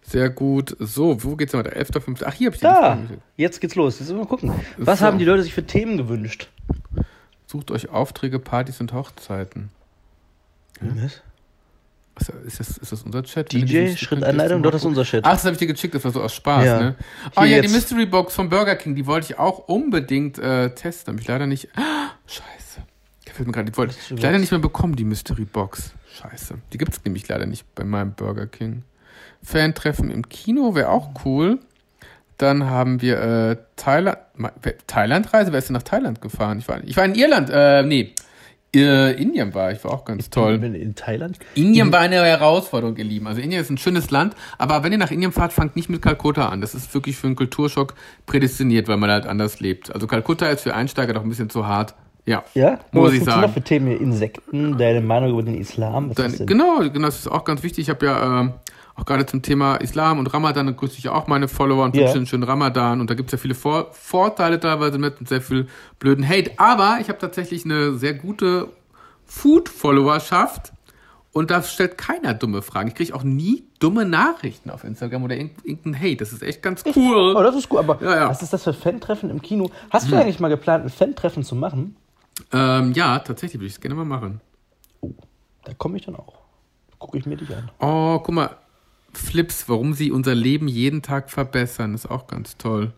[SPEAKER 1] Sehr gut. So, wo geht's denn weiter? 11.05. Ach, hier habe ich den
[SPEAKER 2] Da.
[SPEAKER 1] Film genau gesehen.
[SPEAKER 2] Jetzt geht's los. Jetzt müssen wir mal gucken. Was
[SPEAKER 1] So.
[SPEAKER 2] haben die Leute sich für Themen gewünscht?
[SPEAKER 1] Sucht euch Aufträge, Partys und Hochzeiten.
[SPEAKER 2] Was?
[SPEAKER 1] Was, ist, das, ist das unser Chat? Wenn ihr
[SPEAKER 2] DJ,
[SPEAKER 1] das nicht könnt,
[SPEAKER 2] Schrittanleitung, doch, das ist unser Chat.
[SPEAKER 1] Ach, das habe ich dir geschickt, das war so aus Spaß,
[SPEAKER 2] Ja.
[SPEAKER 1] ne? Oh
[SPEAKER 2] Hier
[SPEAKER 1] ja, die
[SPEAKER 2] jetzt.
[SPEAKER 1] Mystery Box von Burger King, die wollte ich auch unbedingt äh, testen. Habe ich leider nicht. Ah, Scheiße. Gefällt mir gerade. Die wollte
[SPEAKER 2] Mystery
[SPEAKER 1] ich leider
[SPEAKER 2] Box.
[SPEAKER 1] nicht mehr bekommen, die Mystery Box. Scheiße. Die gibt es nämlich leider nicht bei meinem Burger King. Fan-Treffen im Kino wäre auch cool. Dann haben wir äh, Thailand. Ma- wer- Thailandreise? Wer ist denn nach Thailand gefahren? Ich war, ich war in Irland. Äh, nee. Äh, Indien war ich, war auch ganz Ah, toll.
[SPEAKER 2] Bin in Thailand.
[SPEAKER 1] Indien war eine Herausforderung, ihr Lieben. Also Indien ist ein schönes Land, aber wenn ihr nach Indien fahrt, fangt nicht mit Kalkutta an. Das ist wirklich für einen Kulturschock prädestiniert, weil man halt anders lebt. Also Kalkutta ist für Einsteiger doch ein bisschen zu hart. Ja.
[SPEAKER 2] Ja?
[SPEAKER 1] Muss
[SPEAKER 2] was
[SPEAKER 1] ich
[SPEAKER 2] gibt's
[SPEAKER 1] sagen.
[SPEAKER 2] noch für Themen hier? Insekten, deine Meinung über den Islam? Was
[SPEAKER 1] Dann,
[SPEAKER 2] ist denn?
[SPEAKER 1] genau, genau, das ist auch ganz wichtig. Ich habe ja ähm, auch gerade zum Thema Islam und Ramadan, da grüße ich ja auch meine Follower und
[SPEAKER 2] Ja.
[SPEAKER 1] wünsche einen schönen Ramadan. Und da gibt es ja viele Vor Vorteile teilweise mit und sehr viel blöden Hate. Aber ich habe tatsächlich eine sehr gute Food-Followerschaft und da stellt keiner dumme Fragen. Ich kriege auch nie dumme Nachrichten auf Instagram oder irgend- irgendeinen Hate. Das ist echt ganz cool.
[SPEAKER 2] Oh, das ist gut, aber
[SPEAKER 1] Ja, ja. Hm.
[SPEAKER 2] was ist das für Fan-Treffen im Kino? Hast du eigentlich mal geplant, ein Fan-Treffen zu machen?
[SPEAKER 1] Ähm, ja, tatsächlich würde ich es gerne mal machen.
[SPEAKER 2] Oh, da komme ich dann auch. Gucke ich mir dich an.
[SPEAKER 1] Oh, guck mal. Flips, warum sie unser Leben jeden Tag verbessern, ist auch ganz toll.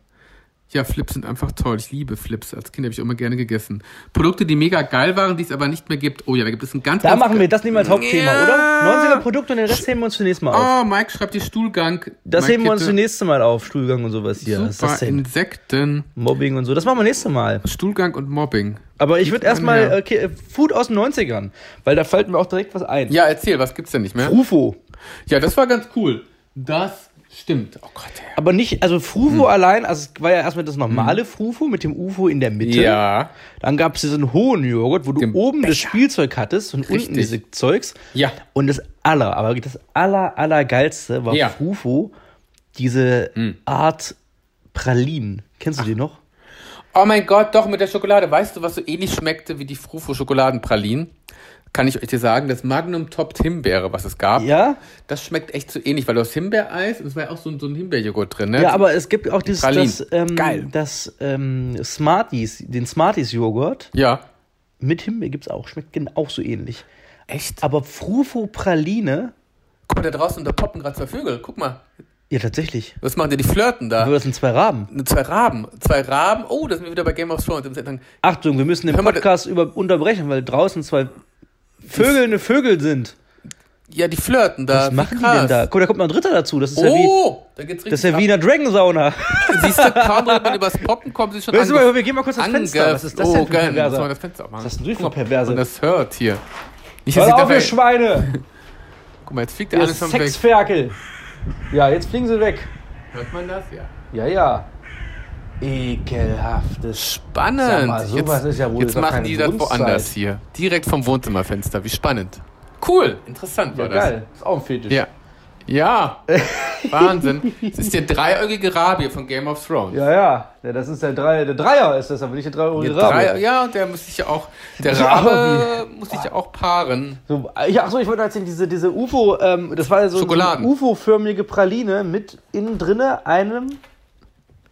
[SPEAKER 1] Ja, Flips sind einfach toll. Ich liebe Flips. Als Kind habe ich immer gerne gegessen. Produkte, die mega geil waren, die es aber nicht mehr gibt. Oh ja, da gibt es ein ganz,
[SPEAKER 2] Da
[SPEAKER 1] ganz
[SPEAKER 2] machen wir das nehmen wir als Hauptthema,
[SPEAKER 1] Ja.
[SPEAKER 2] oder? 90er Produkte und den Rest heben wir uns zunächst mal auf.
[SPEAKER 1] Oh, Mike schreibt die Stuhlgang.
[SPEAKER 2] Das
[SPEAKER 1] Mike
[SPEAKER 2] heben wir uns
[SPEAKER 1] Kitte.
[SPEAKER 2] zunächst mal auf, Stuhlgang und sowas hier. Was ist das
[SPEAKER 1] Super
[SPEAKER 2] denn?
[SPEAKER 1] Insekten,
[SPEAKER 2] Mobbing und so. Das machen wir nächstes Mal.
[SPEAKER 1] Stuhlgang und Mobbing.
[SPEAKER 2] Aber ich würde erstmal
[SPEAKER 1] Ja.
[SPEAKER 2] okay, äh, Food aus den 90ern, weil da fällt mir auch direkt was ein.
[SPEAKER 1] Ja, erzähl, was gibt's denn nicht mehr?
[SPEAKER 2] Rufo.
[SPEAKER 1] Ja, das war ganz cool. Das stimmt. Oh Gott. ey.
[SPEAKER 2] Aber nicht, also
[SPEAKER 1] Hm.
[SPEAKER 2] Frufo allein, also es war ja erstmal das normale Frufo mit dem UFO in der Mitte.
[SPEAKER 1] Ja.
[SPEAKER 2] Dann gab es diesen hohen Joghurt, wo du
[SPEAKER 1] Den
[SPEAKER 2] oben das
[SPEAKER 1] Becher.
[SPEAKER 2] Spielzeug hattest und unten
[SPEAKER 1] Richtig.
[SPEAKER 2] diese Zeugs.
[SPEAKER 1] Ja.
[SPEAKER 2] Und das aller, aber das aller, allergeilste war
[SPEAKER 1] Ja. Hm.
[SPEAKER 2] Frufo, diese Art Pralinen. Kennst du die noch?
[SPEAKER 1] Oh mein Gott, doch, mit der Schokolade. Weißt du, was so ähnlich schmeckte wie die Frufo-Schokoladenpralinen? Kann ich euch dir sagen, das Magnum Top Himbeere, was es gab,
[SPEAKER 2] Ja?
[SPEAKER 1] das schmeckt echt so ähnlich, weil du hast Himbeereis und es war ja auch so ein, so ein Himbeerjoghurt drin, ne?
[SPEAKER 2] Ja, aber es gibt auch dieses,
[SPEAKER 1] Pralinen.
[SPEAKER 2] das, ähm,
[SPEAKER 1] Geil.
[SPEAKER 2] das ähm, Smarties, den Smarties-Joghurt
[SPEAKER 1] Ja.
[SPEAKER 2] mit Himbeer gibt's auch, schmeckt gen- auch so ähnlich.
[SPEAKER 1] Echt?
[SPEAKER 2] Aber Frufo Praline,
[SPEAKER 1] Guck mal, da draußen, da poppen gerade zwei Vögel. Guck mal.
[SPEAKER 2] ja tatsächlich.
[SPEAKER 1] Was machen die? Die flirten da. Ne,
[SPEAKER 2] Aber das sind zwei Raben.
[SPEAKER 1] Zwei Raben. Zwei Raben. Oh, da sind wir wieder bei Game of Thrones. Im Setting.
[SPEAKER 2] Achtung, wir müssen den
[SPEAKER 1] Hör mal,
[SPEAKER 2] Podcast über unterbrechen, weil draußen zwei Vögel eine Vögel sind.
[SPEAKER 1] Ja, die flirten da.
[SPEAKER 2] Was
[SPEAKER 1] Äh, Wie
[SPEAKER 2] machen die
[SPEAKER 1] krass.
[SPEAKER 2] denn da? Guck, da kommt noch ein Dritter dazu. Das ist ja wie,
[SPEAKER 1] Oh, da geht's richtig
[SPEAKER 2] das ist ja
[SPEAKER 1] ab.
[SPEAKER 2] wie in einer Dragon Sauna.
[SPEAKER 1] Siehst du, kaum redet man übers Poppen, kommen sie schon
[SPEAKER 2] Weißt du
[SPEAKER 1] ange- Oh,
[SPEAKER 2] mal, wir gehen mal kurz ans Fenster. Was ist das denn für ein
[SPEAKER 1] Angeflogen. Muss man
[SPEAKER 2] Perverser?
[SPEAKER 1] das Fenster aufmachen.
[SPEAKER 2] Was hast denn du für
[SPEAKER 1] Guck mal,
[SPEAKER 2] Perverse?
[SPEAKER 1] Und das hört hier. Nicht, dass
[SPEAKER 2] Hör
[SPEAKER 1] ich
[SPEAKER 2] auf,
[SPEAKER 1] dabei-
[SPEAKER 2] ihr Schweine!
[SPEAKER 1] Guck mal, jetzt fliegt der
[SPEAKER 2] Ihr
[SPEAKER 1] alles schon weg.
[SPEAKER 2] Sexferkel! Ja, jetzt fliegen sie weg.
[SPEAKER 1] Hört man das? Ja.
[SPEAKER 2] Ja, ja. Ekelhaftes
[SPEAKER 1] Spannend.
[SPEAKER 2] Sag mal, sowas
[SPEAKER 1] jetzt
[SPEAKER 2] ist ja wohl
[SPEAKER 1] jetzt
[SPEAKER 2] doch
[SPEAKER 1] machen
[SPEAKER 2] keine
[SPEAKER 1] die das
[SPEAKER 2] Grundzeit.
[SPEAKER 1] woanders hier. Direkt vom Wohnzimmerfenster. Wie spannend. Cool. Interessant war
[SPEAKER 2] Ja,
[SPEAKER 1] das.
[SPEAKER 2] geil. Ist auch ein Fetisch.
[SPEAKER 1] Ja. Ja. Wahnsinn. Das ist der dreieugige Rabe hier von Game of Thrones.
[SPEAKER 2] Ja, ja. Ja, Das ist der, Drei, der Dreier, ist das, aber nicht der
[SPEAKER 1] Der
[SPEAKER 2] Dreier.
[SPEAKER 1] Drei, ja, und der muss sich ja auch. Der Rabe muss sich ja auch paaren.
[SPEAKER 2] So, äh, ja, achso, ich wollte erzählen, diese, diese UFO, ähm, das war ja so, so
[SPEAKER 1] Schokoladen.
[SPEAKER 2] eine UFO-förmige Praline mit innen drinne einem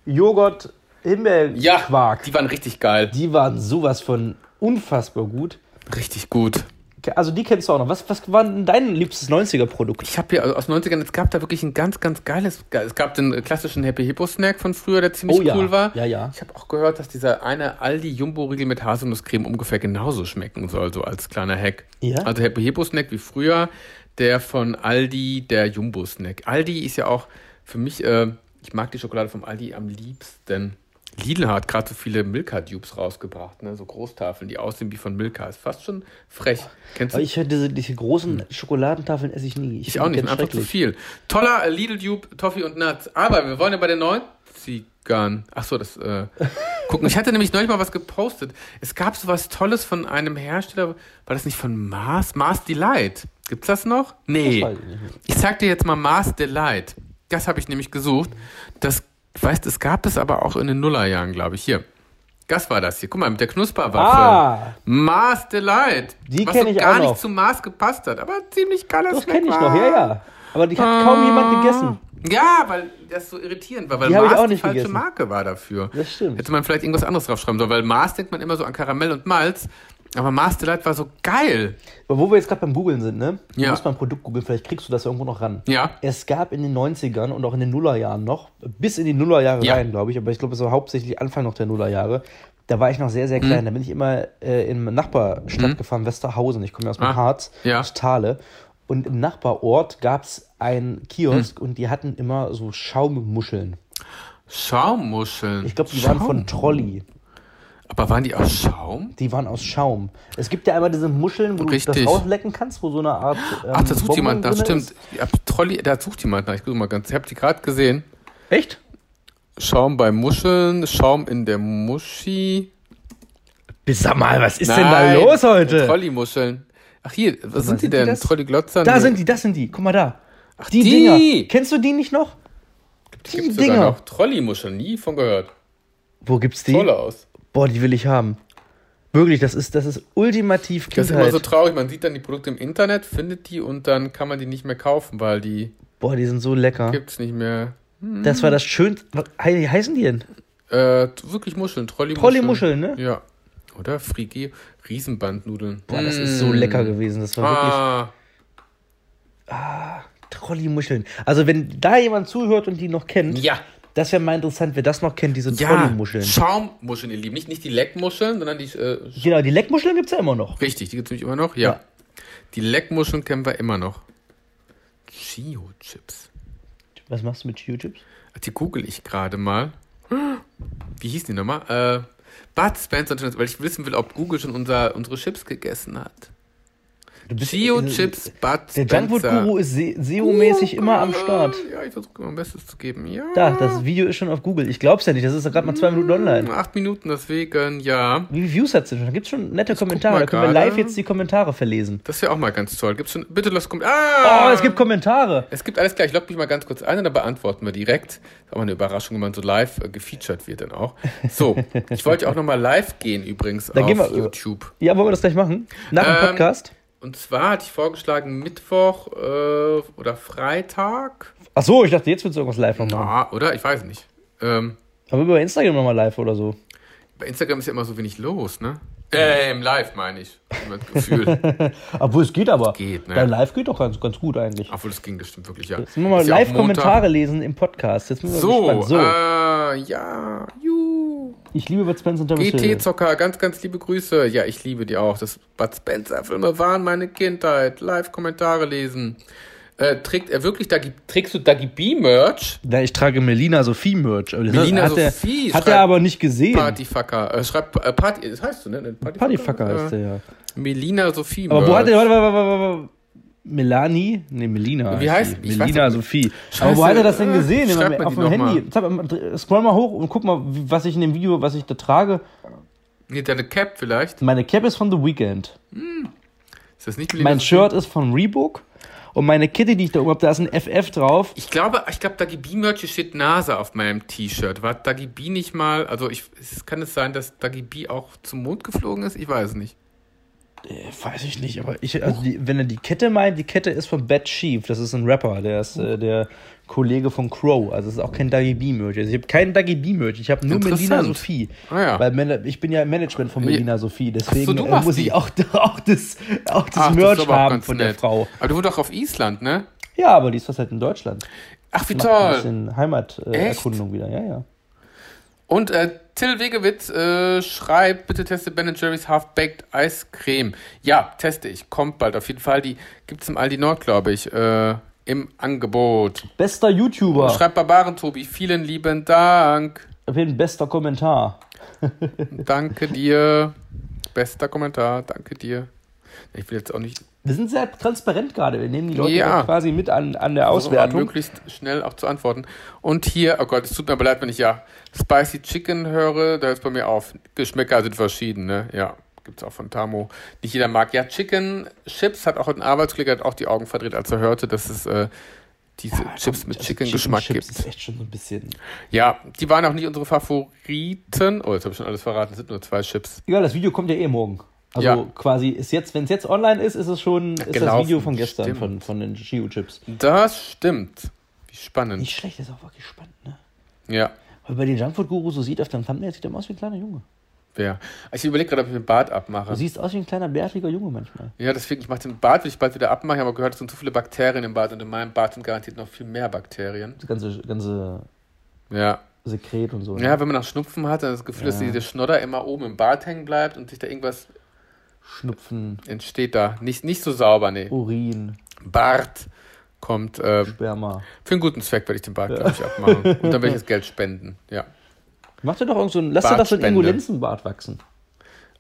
[SPEAKER 2] joghurt himbeer
[SPEAKER 1] Ja,
[SPEAKER 2] quark
[SPEAKER 1] die waren richtig geil.
[SPEAKER 2] Die waren sowas von unfassbar gut.
[SPEAKER 1] Richtig gut.
[SPEAKER 2] Ke- Also die kennst du auch noch. Was, was war denn dein liebstes 90er-Produkt?
[SPEAKER 1] Ich habe hier also aus 90ern, es gab da wirklich ein ganz, ganz geiles. ge- Es gab den äh, klassischen Happy Hippo Snack von früher, der ziemlich
[SPEAKER 2] Oh ja,
[SPEAKER 1] cool war.
[SPEAKER 2] ja, ja.
[SPEAKER 1] Ich habe auch gehört, dass dieser eine Aldi Jumbo Riegel mit Haselnusscreme ungefähr genauso schmecken soll, so als kleiner Hack.
[SPEAKER 2] Ja.
[SPEAKER 1] Also Happy Hippo Snack wie früher, der von Aldi, der Jumbo Snack. Aldi ist ja auch für mich, äh, ich mag die Schokolade vom Aldi am liebsten. Lidl hat gerade so viele Milka-Dupes rausgebracht, ne? so Großtafeln, die aussehen wie von Milka. Ist fast schon frech. Kennst du
[SPEAKER 2] Ich höre diese, diese großen Schokoladentafeln esse ich nie.
[SPEAKER 1] Ich auch nicht,
[SPEAKER 2] Ganz
[SPEAKER 1] einfach zu
[SPEAKER 2] schrecklich.
[SPEAKER 1] viel. Toller äh, Lidl Dupe, Toffee und Nuts. Aber wir wollen ja bei den 90ern. Ach so, das äh, gucken. Ich hatte nämlich neulich mal was gepostet. Es gab so was Tolles von einem Hersteller. War das nicht von Mars? Mars Delight. Gibt's das noch? Nee.
[SPEAKER 2] Das weiß ich nicht mehr.
[SPEAKER 1] Ich sag dir jetzt mal Mars Delight. Das habe ich nämlich gesucht. Das, weißt, es gab es aber auch in den Nullerjahren, glaube ich. Hier. Das war das hier. Guck mal, mit der Knusperwaffe.
[SPEAKER 2] Ah,
[SPEAKER 1] Mars Delight.
[SPEAKER 2] Die
[SPEAKER 1] was
[SPEAKER 2] kenn
[SPEAKER 1] so
[SPEAKER 2] ich
[SPEAKER 1] gar
[SPEAKER 2] auch noch.
[SPEAKER 1] nicht zu Mars gepasst hat, aber ziemlich geiler
[SPEAKER 2] das
[SPEAKER 1] Snack
[SPEAKER 2] kenne ich
[SPEAKER 1] war.
[SPEAKER 2] noch, ja, ja. Aber die hat kaum jemand
[SPEAKER 1] Ah.
[SPEAKER 2] gegessen.
[SPEAKER 1] Ja, weil das so irritierend war, weil
[SPEAKER 2] Die hab ich
[SPEAKER 1] Mars
[SPEAKER 2] auch
[SPEAKER 1] die
[SPEAKER 2] nicht
[SPEAKER 1] falsche
[SPEAKER 2] gegessen.
[SPEAKER 1] Marke war dafür.
[SPEAKER 2] Das stimmt.
[SPEAKER 1] Hätte man vielleicht irgendwas anderes draufschreiben sollen, weil Mars denkt man immer so an Karamell und Malz, aber Mars Delight war so geil.
[SPEAKER 2] Aber wo wir jetzt gerade beim Googlen sind, ne? Du
[SPEAKER 1] Ja.
[SPEAKER 2] musst mal ein Produkt googeln, vielleicht kriegst du das irgendwo noch ran.
[SPEAKER 1] Ja.
[SPEAKER 2] Es gab in den 90ern und auch in den Nullerjahren noch, bis in die Nullerjahre
[SPEAKER 1] Ja.
[SPEAKER 2] rein, glaube ich, aber ich glaube, es war hauptsächlich Anfang noch der Nullerjahre. Da war ich noch sehr, sehr
[SPEAKER 1] Mhm.
[SPEAKER 2] klein. Da bin ich immer äh, in Nachbarstadt gefahren, Westerhausen. Ich komme ja aus dem
[SPEAKER 1] Ah.
[SPEAKER 2] Harz,
[SPEAKER 1] Ja.
[SPEAKER 2] aus Thale. Und im Nachbarort gab es einen
[SPEAKER 1] Mhm.
[SPEAKER 2] Kiosk und die hatten immer so Schaummuscheln.
[SPEAKER 1] Schaummuscheln.
[SPEAKER 2] Ich glaube, die waren
[SPEAKER 1] Schaum.
[SPEAKER 2] von Trolli.
[SPEAKER 1] Aber waren die aus Schaum?
[SPEAKER 2] Die waren aus Schaum. Es gibt ja einmal diese Muscheln, wo du
[SPEAKER 1] Richtig.
[SPEAKER 2] das rauslecken kannst, wo so eine Art. Ähm,
[SPEAKER 1] Ach, da sucht
[SPEAKER 2] Bonbon
[SPEAKER 1] jemand, das
[SPEAKER 2] drin
[SPEAKER 1] stimmt.
[SPEAKER 2] Ist.
[SPEAKER 1] Ja, Trolli, da sucht jemand nach. Ich guck mal ganz, ich hab die gerade gesehen.
[SPEAKER 2] Echt?
[SPEAKER 1] Schaum bei Muscheln, Schaum in der Muschi.
[SPEAKER 2] Sag mal, was ist denn da los heute?
[SPEAKER 1] Trolleymuscheln. Ach hier, was sind die
[SPEAKER 2] sind die
[SPEAKER 1] denn?
[SPEAKER 2] das?
[SPEAKER 1] Trolleyglotzern?
[SPEAKER 2] Da sind die, das sind die. Guck mal da. Ach, die,
[SPEAKER 1] die!
[SPEAKER 2] Dinger. Kennst du die nicht noch?
[SPEAKER 1] die,
[SPEAKER 2] die
[SPEAKER 1] gibt's sogar
[SPEAKER 2] Dinger.
[SPEAKER 1] noch. Trolleymuscheln, nie von gehört.
[SPEAKER 2] Wo gibt's die?
[SPEAKER 1] Trolle aus.
[SPEAKER 2] Boah, die will ich haben. Wirklich, das ist, das ist ultimativ
[SPEAKER 1] Das ist
[SPEAKER 2] Kindheit.
[SPEAKER 1] immer so traurig. Man sieht dann die Produkte im Internet, findet die und dann kann man die nicht mehr kaufen, weil die
[SPEAKER 2] Boah, die sind so lecker.
[SPEAKER 1] gibt's nicht mehr.
[SPEAKER 2] Das war das Schönste. Was he- heißen die denn?
[SPEAKER 1] Äh, wirklich Muscheln, Trolleymuscheln.
[SPEAKER 2] Trolleymuscheln, ne?
[SPEAKER 1] Ja. Oder Frigi, Riesenbandnudeln.
[SPEAKER 2] Boah, das ist
[SPEAKER 1] Mm.
[SPEAKER 2] so lecker gewesen. Das war wirklich
[SPEAKER 1] Ah,
[SPEAKER 2] Trolleymuscheln. Also, wenn da jemand zuhört und die noch kennt,
[SPEAKER 1] ja.
[SPEAKER 2] das wäre mal interessant, wer das noch kennt, diese
[SPEAKER 1] Ja,
[SPEAKER 2] Trolleymuscheln.
[SPEAKER 1] Schaummuscheln, ihr Lieben. Nicht, nicht die Leckmuscheln, sondern die. Äh, Sch-
[SPEAKER 2] Genau, die Leckmuscheln gibt's ja immer noch.
[SPEAKER 1] richtig, die gibt's nämlich immer noch. Ja.
[SPEAKER 2] Ja.
[SPEAKER 1] Die Leckmuscheln kennen wir immer noch. Chio-Chips.
[SPEAKER 2] Was machst du mit Q-Chips?
[SPEAKER 1] Die google ich gerade mal. Wie hieß die nochmal? Äh, Bud Spencer, Chips, weil ich wissen will, ob Google schon unser, unsere Chips gegessen hat.
[SPEAKER 2] Du bist-
[SPEAKER 1] Chio-Chips, Bud
[SPEAKER 2] Äh, Der
[SPEAKER 1] Spencer. Oh
[SPEAKER 2] Junkfood-Guru ist se- SEO-mäßig immer am Start.
[SPEAKER 1] Ja, ich versuche mein Bestes zu geben. Ja.
[SPEAKER 2] Da, das Video ist schon auf Google. Ich glaub's ja nicht, das ist gerade mal zwei Minuten online.
[SPEAKER 1] Acht Minuten, deswegen, ja.
[SPEAKER 2] Wie viele Views hat's denn schon? Da gibt's schon nette
[SPEAKER 1] mal
[SPEAKER 2] Kommentare. Da können wir live
[SPEAKER 1] gerade.
[SPEAKER 2] jetzt die Kommentare verlesen.
[SPEAKER 1] Das wäre auch mal ganz toll. Gibt's schon. Bitte lass kommen.
[SPEAKER 2] Oh,
[SPEAKER 1] Ah!
[SPEAKER 2] es gibt Kommentare.
[SPEAKER 1] Es gibt alles gleich. Ich logge mich mal ganz kurz ein und dann beantworten wir direkt. Ist auch mal eine Überraschung, wenn man so live äh, gefeatured wird dann auch. So, ich wollte auch nochmal live gehen übrigens
[SPEAKER 2] Dann
[SPEAKER 1] auf
[SPEAKER 2] gehen wir über-
[SPEAKER 1] YouTube.
[SPEAKER 2] Ja, wollen wir das gleich machen? Nach dem
[SPEAKER 1] Ähm,
[SPEAKER 2] Podcast?
[SPEAKER 1] Und zwar hatte ich vorgeschlagen Mittwoch äh, oder Freitag.
[SPEAKER 2] Ach so, ich dachte, jetzt willst du irgendwas live noch machen.
[SPEAKER 1] Ah, oder? Ich weiß nicht. Ähm,
[SPEAKER 2] Aber über Instagram nochmal live oder so.
[SPEAKER 1] bei Instagram ist ja immer so wenig los, ne? Äh, im Live meine ich. Immer das Gefühl.
[SPEAKER 2] Obwohl, es geht aber.
[SPEAKER 1] Geht, ne?
[SPEAKER 2] Dein Live geht doch ganz, ganz gut eigentlich.
[SPEAKER 1] Obwohl, das ging, das stimmt wirklich, ja.
[SPEAKER 2] Jetzt müssen wir mal
[SPEAKER 1] Ist ja auch Montag.
[SPEAKER 2] Live-Kommentare also lesen im Podcast. Jetzt müssen wir
[SPEAKER 1] So,
[SPEAKER 2] gespannt. So,
[SPEAKER 1] Äh, ja, juhu.
[SPEAKER 2] ich liebe Bud Spencer und
[SPEAKER 1] E
[SPEAKER 2] Terry
[SPEAKER 1] GT-Zocker, ganz, ganz liebe Grüße. Ja, ich liebe die auch. Das Bud Spencer-Filme waren meine Kindheit. Live-Kommentare lesen. Äh, trägt er wirklich Dagi, trägst du Dagi B-Merch?
[SPEAKER 2] Na, ich trage Melina Sophie Merch. Aber das
[SPEAKER 1] Melina
[SPEAKER 2] hat er,
[SPEAKER 1] Sophie halt
[SPEAKER 2] Hat
[SPEAKER 1] schreibt-
[SPEAKER 2] er aber nicht gesehen.
[SPEAKER 1] Partyfucker. Äh, schreibt äh, Party, das heißt du, ne? Partyfucker,
[SPEAKER 2] Partyfucker heißt der,
[SPEAKER 1] Äh.
[SPEAKER 2] ja.
[SPEAKER 1] Melina Sophie
[SPEAKER 2] Aber
[SPEAKER 1] Merch.
[SPEAKER 2] wo hat er. Warte, warte, warte, warte, warte. Melanie? Nee, Melina.
[SPEAKER 1] Wie heißt-
[SPEAKER 2] die.
[SPEAKER 1] ich weiß
[SPEAKER 2] Melina
[SPEAKER 1] nicht.
[SPEAKER 2] Sophie.
[SPEAKER 1] Scheiße,
[SPEAKER 2] aber wo hat er das denn
[SPEAKER 1] äh,
[SPEAKER 2] gesehen?
[SPEAKER 1] schreibt
[SPEAKER 2] Auf
[SPEAKER 1] mir die
[SPEAKER 2] dem
[SPEAKER 1] noch
[SPEAKER 2] Handy. Zeig mal, dr- Scroll mal hoch und guck mal, wie- was ich in dem Video, was ich da trage.
[SPEAKER 1] Nee, deine Cap vielleicht?
[SPEAKER 2] Meine Cap ist von The Weeknd.
[SPEAKER 1] Ist das nicht Melina
[SPEAKER 2] Mein
[SPEAKER 1] Sophie?
[SPEAKER 2] Shirt ist von Reebok. Und meine Kette, die ich da oben habe, da ist ein FF drauf.
[SPEAKER 1] Ich glaube, ich glaube, Dagi B Merch hier steht NASA auf meinem T-Shirt. War Dagi B nicht mal, also ich, es kann es sein, dass Dagi B auch zum Mond geflogen ist? Ich weiß es nicht.
[SPEAKER 2] Äh, Weiß ich nicht, aber ich, also die, wenn er die Kette meint, die Kette ist von Bad Chief. Das ist ein Rapper, der ist äh, der Kollege von Crow. Also es ist auch kein Dagi B-Merch. Also ich habe keinen Dagi B-Merch, ich habe nur
[SPEAKER 1] Interessant.
[SPEAKER 2] Melina Sophie.
[SPEAKER 1] Ah ja.
[SPEAKER 2] Weil Mana- ich bin ja im Management von Melina Sophie, deswegen
[SPEAKER 1] du
[SPEAKER 2] äh,
[SPEAKER 1] machst
[SPEAKER 2] muss ich
[SPEAKER 1] die.
[SPEAKER 2] auch, auch das, auch das
[SPEAKER 1] Ach, das ist
[SPEAKER 2] Merch
[SPEAKER 1] aber auch
[SPEAKER 2] haben
[SPEAKER 1] ganz
[SPEAKER 2] von der
[SPEAKER 1] nett.
[SPEAKER 2] Frau.
[SPEAKER 1] Aber du wohnst doch auf Island, ne?
[SPEAKER 2] Ja, aber die ist das halt in Deutschland.
[SPEAKER 1] Ach, wie
[SPEAKER 2] Macht ein
[SPEAKER 1] toll.
[SPEAKER 2] bisschen Heimaterkundung äh,
[SPEAKER 1] Echt?
[SPEAKER 2] Erkundung wieder, ja, ja.
[SPEAKER 1] Und äh, Till Wegewitz äh, schreibt, bitte teste Ben Jerry's Half-Baked Eiscreme. Ja, teste ich. Kommt bald. Auf jeden Fall. Die gibt's im Aldi Nord, glaube ich. Äh, Im Angebot.
[SPEAKER 2] Bester YouTuber,
[SPEAKER 1] Schreibt Barbaren Tobi, vielen lieben Dank.
[SPEAKER 2] auf jeden Fall bester Kommentar.
[SPEAKER 1] Danke dir. Bester Kommentar, danke dir. Ich will jetzt auch nicht
[SPEAKER 2] Wir sind sehr transparent gerade. Wir nehmen die Leute
[SPEAKER 1] Ja.
[SPEAKER 2] quasi mit an, an der
[SPEAKER 1] versuchen, aber
[SPEAKER 2] Auswertung.
[SPEAKER 1] möglichst schnell auch zu antworten. Und hier, oh Gott, es tut mir aber leid, wenn ich ja Spicy Chicken höre, da hört es bei mir auf. Geschmäcker sind verschieden, ne? Ja, gibt's auch von Tamo. Nicht jeder mag. Ja, Chicken Chips hat auch ein Arbeitskollege, hat auch die Augen verdreht, als er hörte, dass es äh, diese Chips mit
[SPEAKER 2] Also
[SPEAKER 1] Chicken-Geschmack
[SPEAKER 2] Chicken Chips
[SPEAKER 1] gibt.
[SPEAKER 2] ist echt schon so ein bisschen.
[SPEAKER 1] Ja, die waren auch nicht unsere Favoriten. Oh, jetzt habe ich schon alles verraten, es sind nur zwei Chips.
[SPEAKER 2] Egal, das Video kommt ja eh morgen. Also
[SPEAKER 1] Ja.
[SPEAKER 2] quasi ist jetzt, wenn es jetzt online ist, ist es schon ist das
[SPEAKER 1] gelaufen,
[SPEAKER 2] Video von gestern
[SPEAKER 1] stimmt.
[SPEAKER 2] von, von den Shio Chips.
[SPEAKER 1] Das stimmt. Wie spannend.
[SPEAKER 2] Nicht schlecht, das ist auch wirklich spannend, ne?
[SPEAKER 1] Ja.
[SPEAKER 2] Weil bei den Junkfood Guru so sieht auf dem Thumbnail sieht er aus wie ein kleiner Junge.
[SPEAKER 1] Ja. Ich überlege gerade, ob ich den Bart abmache.
[SPEAKER 2] Du siehst aus wie ein kleiner bärtiger Junge manchmal.
[SPEAKER 1] Ja, deswegen, ich mache den Bart, will ich bald wieder abmachen, aber gehört, es sind zu viele Bakterien im Bart und in meinem Bart sind garantiert noch viel mehr Bakterien.
[SPEAKER 2] Das ganze ganze
[SPEAKER 1] Ja.
[SPEAKER 2] Sekret und so. ne?
[SPEAKER 1] Ja, wenn man noch Schnupfen hat, dann das Gefühl, dass
[SPEAKER 2] Ja.
[SPEAKER 1] diese Schnodder immer oben im Bart hängen bleibt und sich da irgendwas
[SPEAKER 2] Schnupfen,
[SPEAKER 1] entsteht da. Nicht, nicht so sauber, nee.
[SPEAKER 2] Urin,
[SPEAKER 1] Bart kommt, äh, für
[SPEAKER 2] Sperma.
[SPEAKER 1] einen guten Zweck werde ich den Bart, glaube ich, abmachen. Und dann werde ich das Geld spenden, ja.
[SPEAKER 2] Mach dir doch irgend so ein, lass dir doch so ein
[SPEAKER 1] Bartspende.
[SPEAKER 2] Ingolenzenbart wachsen.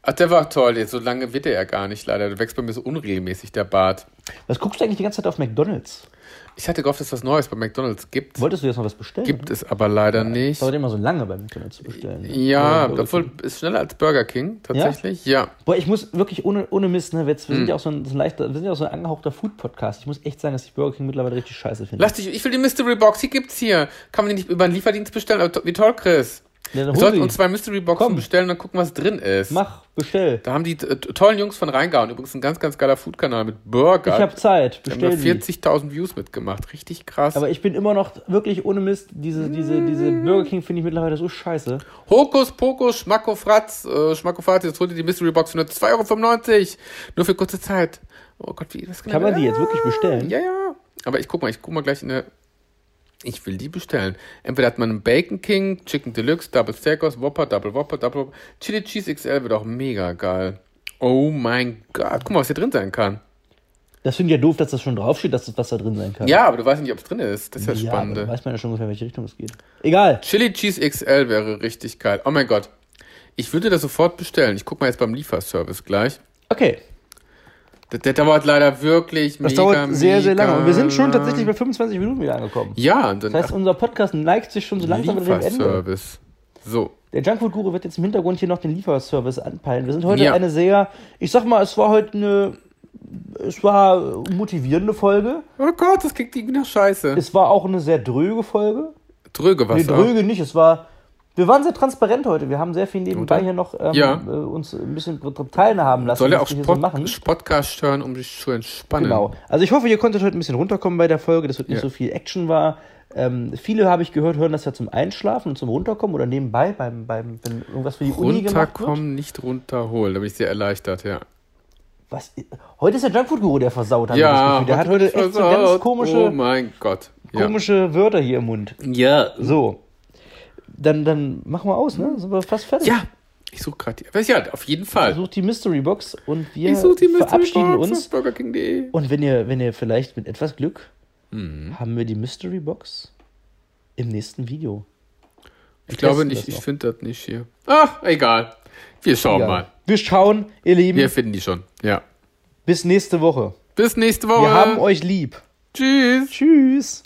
[SPEAKER 1] Ach, der war toll. So lange wird er ja gar nicht, leider. Der wächst bei mir so unregelmäßig, der Bart.
[SPEAKER 2] Was guckst du eigentlich die ganze Zeit auf McDonalds?
[SPEAKER 1] Ich hatte gehofft, dass das Neues bei McDonalds gibt.
[SPEAKER 2] Wolltest du jetzt noch was bestellen?
[SPEAKER 1] Gibt es aber leider
[SPEAKER 2] Es
[SPEAKER 1] nicht.
[SPEAKER 2] dauert immer so lange bei McDonalds zu bestellen.
[SPEAKER 1] Ja,
[SPEAKER 2] Burger
[SPEAKER 1] obwohl ist schneller als Burger King tatsächlich. Ja.
[SPEAKER 2] Boah, ich muss wirklich ohne, ohne Mist, ne, wir, wir
[SPEAKER 1] Hm.
[SPEAKER 2] sind ja auch so ein, so ein leichter, wir sind ja auch so ein angehauchter Food-Podcast. Ich muss echt sagen, dass ich Burger King mittlerweile richtig scheiße finde.
[SPEAKER 1] Lass dich, ich will die Mystery Box, die gibt's hier. Kann man die nicht über einen Lieferdienst bestellen? Aber to- wie toll, Chris.
[SPEAKER 2] Ja, dann
[SPEAKER 1] Wir
[SPEAKER 2] hol
[SPEAKER 1] sollten
[SPEAKER 2] sie.
[SPEAKER 1] uns zwei Mystery Boxen
[SPEAKER 2] Komm.
[SPEAKER 1] bestellen und dann gucken, was drin ist.
[SPEAKER 2] Mach, bestell.
[SPEAKER 1] Da haben die äh, tollen Jungs von Rheingauen übrigens ein ganz, ganz geiler Food-Kanal mit Burger.
[SPEAKER 2] Ich habe Zeit,
[SPEAKER 1] Die haben da
[SPEAKER 2] bestell sie.
[SPEAKER 1] 40.000 Views mitgemacht. Richtig krass.
[SPEAKER 2] Aber ich bin immer noch wirklich ohne Mist, diese, diese, diese Burger King finde ich mittlerweile so scheiße.
[SPEAKER 1] Hokus Pokus, Schmackofratz, äh, Schmackofratz, jetzt holt ihr die Mystery Box für nur 2,95 Euro. Nur für kurze Zeit. Oh Gott, wie das
[SPEAKER 2] Kann man die jetzt wirklich bestellen?
[SPEAKER 1] Ja, ja. Aber ich guck mal, ich guck mal gleich in der. Ich will die bestellen. Entweder hat man einen Bacon King, Chicken Deluxe, Double Steakhouse, Whopper, Double Whopper, Double Whopper. Chili Cheese XL wird auch mega geil. Oh mein Gott. Guck mal, was hier drin sein kann.
[SPEAKER 2] Das finde ich ja doof, dass das schon draufsteht, dass das was da drin sein kann.
[SPEAKER 1] Ja, aber du weißt nicht, ob es drin ist. Das ist das
[SPEAKER 2] Ja, aber
[SPEAKER 1] Spannende.
[SPEAKER 2] dann weiß man ja schon ungefähr, in welche Richtung es geht. Egal.
[SPEAKER 1] Chili Cheese XL wäre richtig geil. Oh mein Gott. Ich würde das sofort bestellen. Ich guck mal jetzt beim Lieferservice gleich.
[SPEAKER 2] Okay.
[SPEAKER 1] Der, der dauert leider wirklich
[SPEAKER 2] Das
[SPEAKER 1] mega,
[SPEAKER 2] dauert sehr, sehr
[SPEAKER 1] mega
[SPEAKER 2] lange. Und wir sind schon
[SPEAKER 1] lang.
[SPEAKER 2] tatsächlich bei 25 Minuten wieder angekommen.
[SPEAKER 1] Ja, und dann
[SPEAKER 2] Das heißt, unser Podcast neigt sich schon so
[SPEAKER 1] ach,
[SPEAKER 2] langsam an dem Ende.
[SPEAKER 1] Lieferservice. So.
[SPEAKER 2] Der Junkfood-Guru wird jetzt im Hintergrund hier noch den Lieferservice anpeilen. Wir sind heute
[SPEAKER 1] Ja.
[SPEAKER 2] eine sehr, ich sag mal, es war heute eine, es war motivierende Folge.
[SPEAKER 1] Oh Gott, das klingt irgendwie nach Scheiße.
[SPEAKER 2] Es war auch eine sehr dröge Folge.
[SPEAKER 1] Dröge
[SPEAKER 2] Nee,
[SPEAKER 1] Wasser.
[SPEAKER 2] dröge nicht. Es war, wir waren sehr transparent heute. Wir haben sehr viel nebenbei
[SPEAKER 1] Oder?
[SPEAKER 2] hier noch ähm,
[SPEAKER 1] Ja.
[SPEAKER 2] äh, uns ein bisschen teilhaben lassen.
[SPEAKER 1] Soll er auch
[SPEAKER 2] was wir hier so
[SPEAKER 1] Spot Podcast hören, um sich zu entspannen?
[SPEAKER 2] Genau. Also ich hoffe, ihr konntet heute ein bisschen runterkommen bei der Folge, dass heute nicht
[SPEAKER 1] Ja.
[SPEAKER 2] so viel Action war. Ähm, viele habe ich gehört, hören das ja zum Einschlafen und zum Runterkommen oder nebenbei beim, beim wenn irgendwas für die Uni gemacht wird.
[SPEAKER 1] Runterkommen, nicht runterholen. Da bin ich sehr erleichtert, ja.
[SPEAKER 2] Was? Heute ist der Junkfood-Guru, der versaut hat.
[SPEAKER 1] Ja,
[SPEAKER 2] Der hat
[SPEAKER 1] Gott,
[SPEAKER 2] heute
[SPEAKER 1] ich
[SPEAKER 2] echt so
[SPEAKER 1] versaut.
[SPEAKER 2] ganz
[SPEAKER 1] Oh
[SPEAKER 2] komische,
[SPEAKER 1] mein Gott. Ja.
[SPEAKER 2] komische Wörter hier im Mund.
[SPEAKER 1] Ja.
[SPEAKER 2] So. Dann, dann machen wir aus, ne? Sind wir fast fertig.
[SPEAKER 1] Ja, ich suche gerade die. Ja, auf jeden Fall.
[SPEAKER 2] Sucht die Mystery Box und wir
[SPEAKER 1] ich suche die Mystery
[SPEAKER 2] Also, verabschieden
[SPEAKER 1] Box
[SPEAKER 2] uns.
[SPEAKER 1] auf burgerking.de.
[SPEAKER 2] Und wenn ihr, wenn ihr vielleicht mit etwas Glück,
[SPEAKER 1] Mhm.
[SPEAKER 2] haben wir die Mystery Box im nächsten Video.
[SPEAKER 1] Ich glaube
[SPEAKER 2] testen
[SPEAKER 1] nicht,
[SPEAKER 2] das
[SPEAKER 1] ich
[SPEAKER 2] noch.
[SPEAKER 1] finde das nicht hier. Ach, egal. Wir schauen
[SPEAKER 2] Egal.
[SPEAKER 1] mal.
[SPEAKER 2] Wir schauen, ihr Lieben,
[SPEAKER 1] Wir finden die schon. Ja.
[SPEAKER 2] bis nächste Woche.
[SPEAKER 1] Bis nächste
[SPEAKER 2] Wir
[SPEAKER 1] Woche.
[SPEAKER 2] haben euch lieb.
[SPEAKER 1] Tschüss.
[SPEAKER 2] Tschüss.